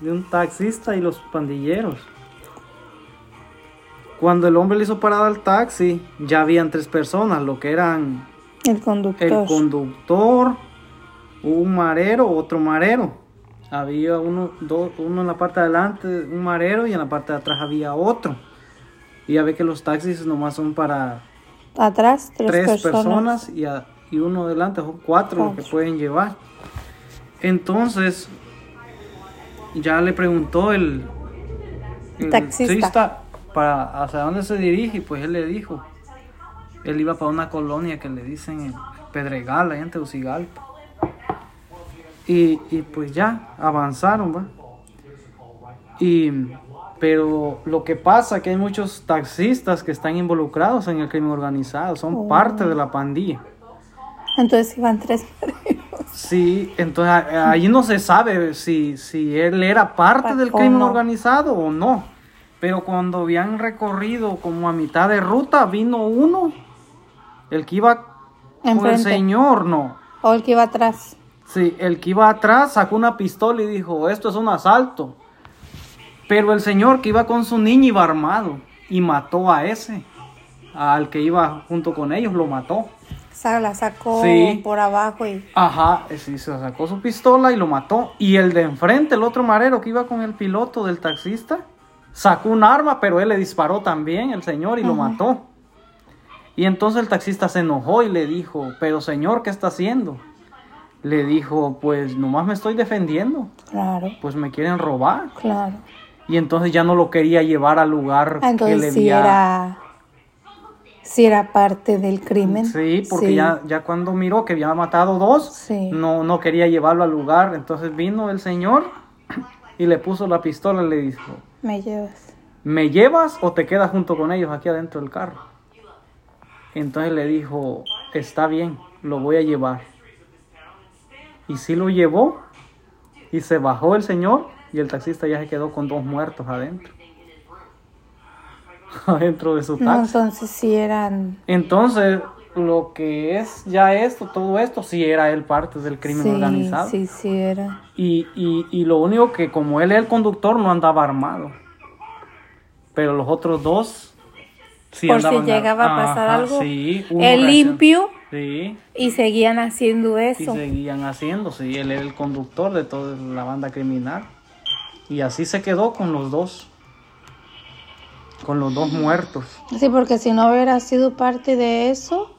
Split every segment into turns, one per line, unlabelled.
de un taxista y los pandilleros. Cuando el hombre le hizo parada al taxi, ya habían tres personas, lo que eran
El conductor.
el conductor, un marero, otro marero. Había uno, dos, uno en la parte de adelante, un marero, y en la parte de atrás había otro. Y ya ve que los taxis nomás son para
Atrás, tres,
tres
personas.
personas, y, a- y uno adelante, son cuatro los que
Cuatro.
pueden llevar. Entonces, ya le preguntó el, el
Taxista.
para hacia dónde se dirige, y pues él le dijo, él iba para una colonia que le dicen el Pedregal, allá en Teucigalpa. Y, y pues ya, avanzaron, va. Y, pero lo que pasa es que hay muchos taxistas que están involucrados en el crimen organizado, son parte
Oh.
de la pandilla.
Entonces iban tres marinos.
Sí, entonces a- ahí no se sabe si, si él era parte
Pa-
del
o
crimen
no.
organizado o no. Pero cuando habían recorrido como a mitad de ruta, vino uno, el que iba con el
Enfrente.
señor, no.
O el que iba atrás.
Sí, el que iba atrás sacó una pistola y dijo, esto es un asalto. Pero el señor que iba con su niño iba armado y mató a ese, al que iba junto con ellos, lo mató.
Sa- la sacó
Sí.
por abajo y
Ajá, sí, se sacó su pistola y lo mató. Y el de enfrente, el otro marero que iba con el piloto del taxista, sacó un arma, pero él le disparó también, el señor, y lo mató. Y entonces el taxista se enojó y le dijo, pero señor, ¿qué está haciendo? Le dijo, pues nomás me estoy defendiendo,
claro,
pues me quieren robar.
claro.
Y entonces ya no lo quería llevar al lugar
Ah,
que le
Entonces sí
había-
era, sí era parte del crimen.
Sí, porque
Sí.
Ya, ya cuando miró que había matado dos,
Sí.
no, no quería llevarlo al lugar. Entonces vino el señor y le puso la pistola y le dijo,
me llevas.
¿me llevas o te quedas junto con ellos aquí adentro del carro? Entonces le dijo, está bien, lo voy a llevar. Y sí lo llevó y se bajó el señor y el taxista ya se quedó con dos muertos adentro. adentro de su taxi.
No, entonces sí eran
Entonces, lo que es ya esto, todo esto, sí era él parte del crimen
sí,
organizado.
Sí, sí era.
Y, y, y lo único que como él es el conductor, no andaba armado. Pero los otros dos sí
por si
andaban ar-
llegaba a pasar
Ajá,
algo.
Sí, uno
el
reaccion-
limpio
Sí,
y seguían haciendo
y
eso.
seguían haciendo, sí, él era el conductor de toda la banda criminal. Y así se quedó con los dos. Con los dos muertos.
Sí, porque si no hubiera sido parte de eso,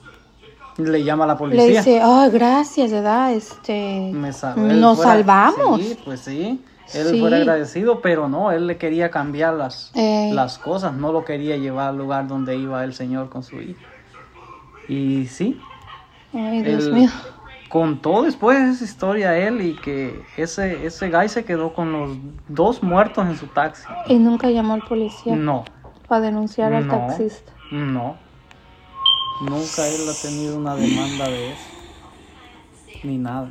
Le llama a la policía.
le dice, ah, gracias, ¿verdad? Este,
Me sa- él
nos
fuera-
salvamos.
Sí, pues sí. Él
Sí.
fuera agradecido, pero no, él le quería cambiar las,
Eh.
las cosas, no lo quería llevar al lugar donde iba el señor con su hijo. Y sí,
Ay, Dios
él
mío.
contó después esa historia él y que ese, ese guy se quedó con los dos muertos en su taxi.
Y nunca llamó al policía
No,
para denunciar al
No.
taxista.
no. Nunca él ha tenido una demanda de eso. Ni nada.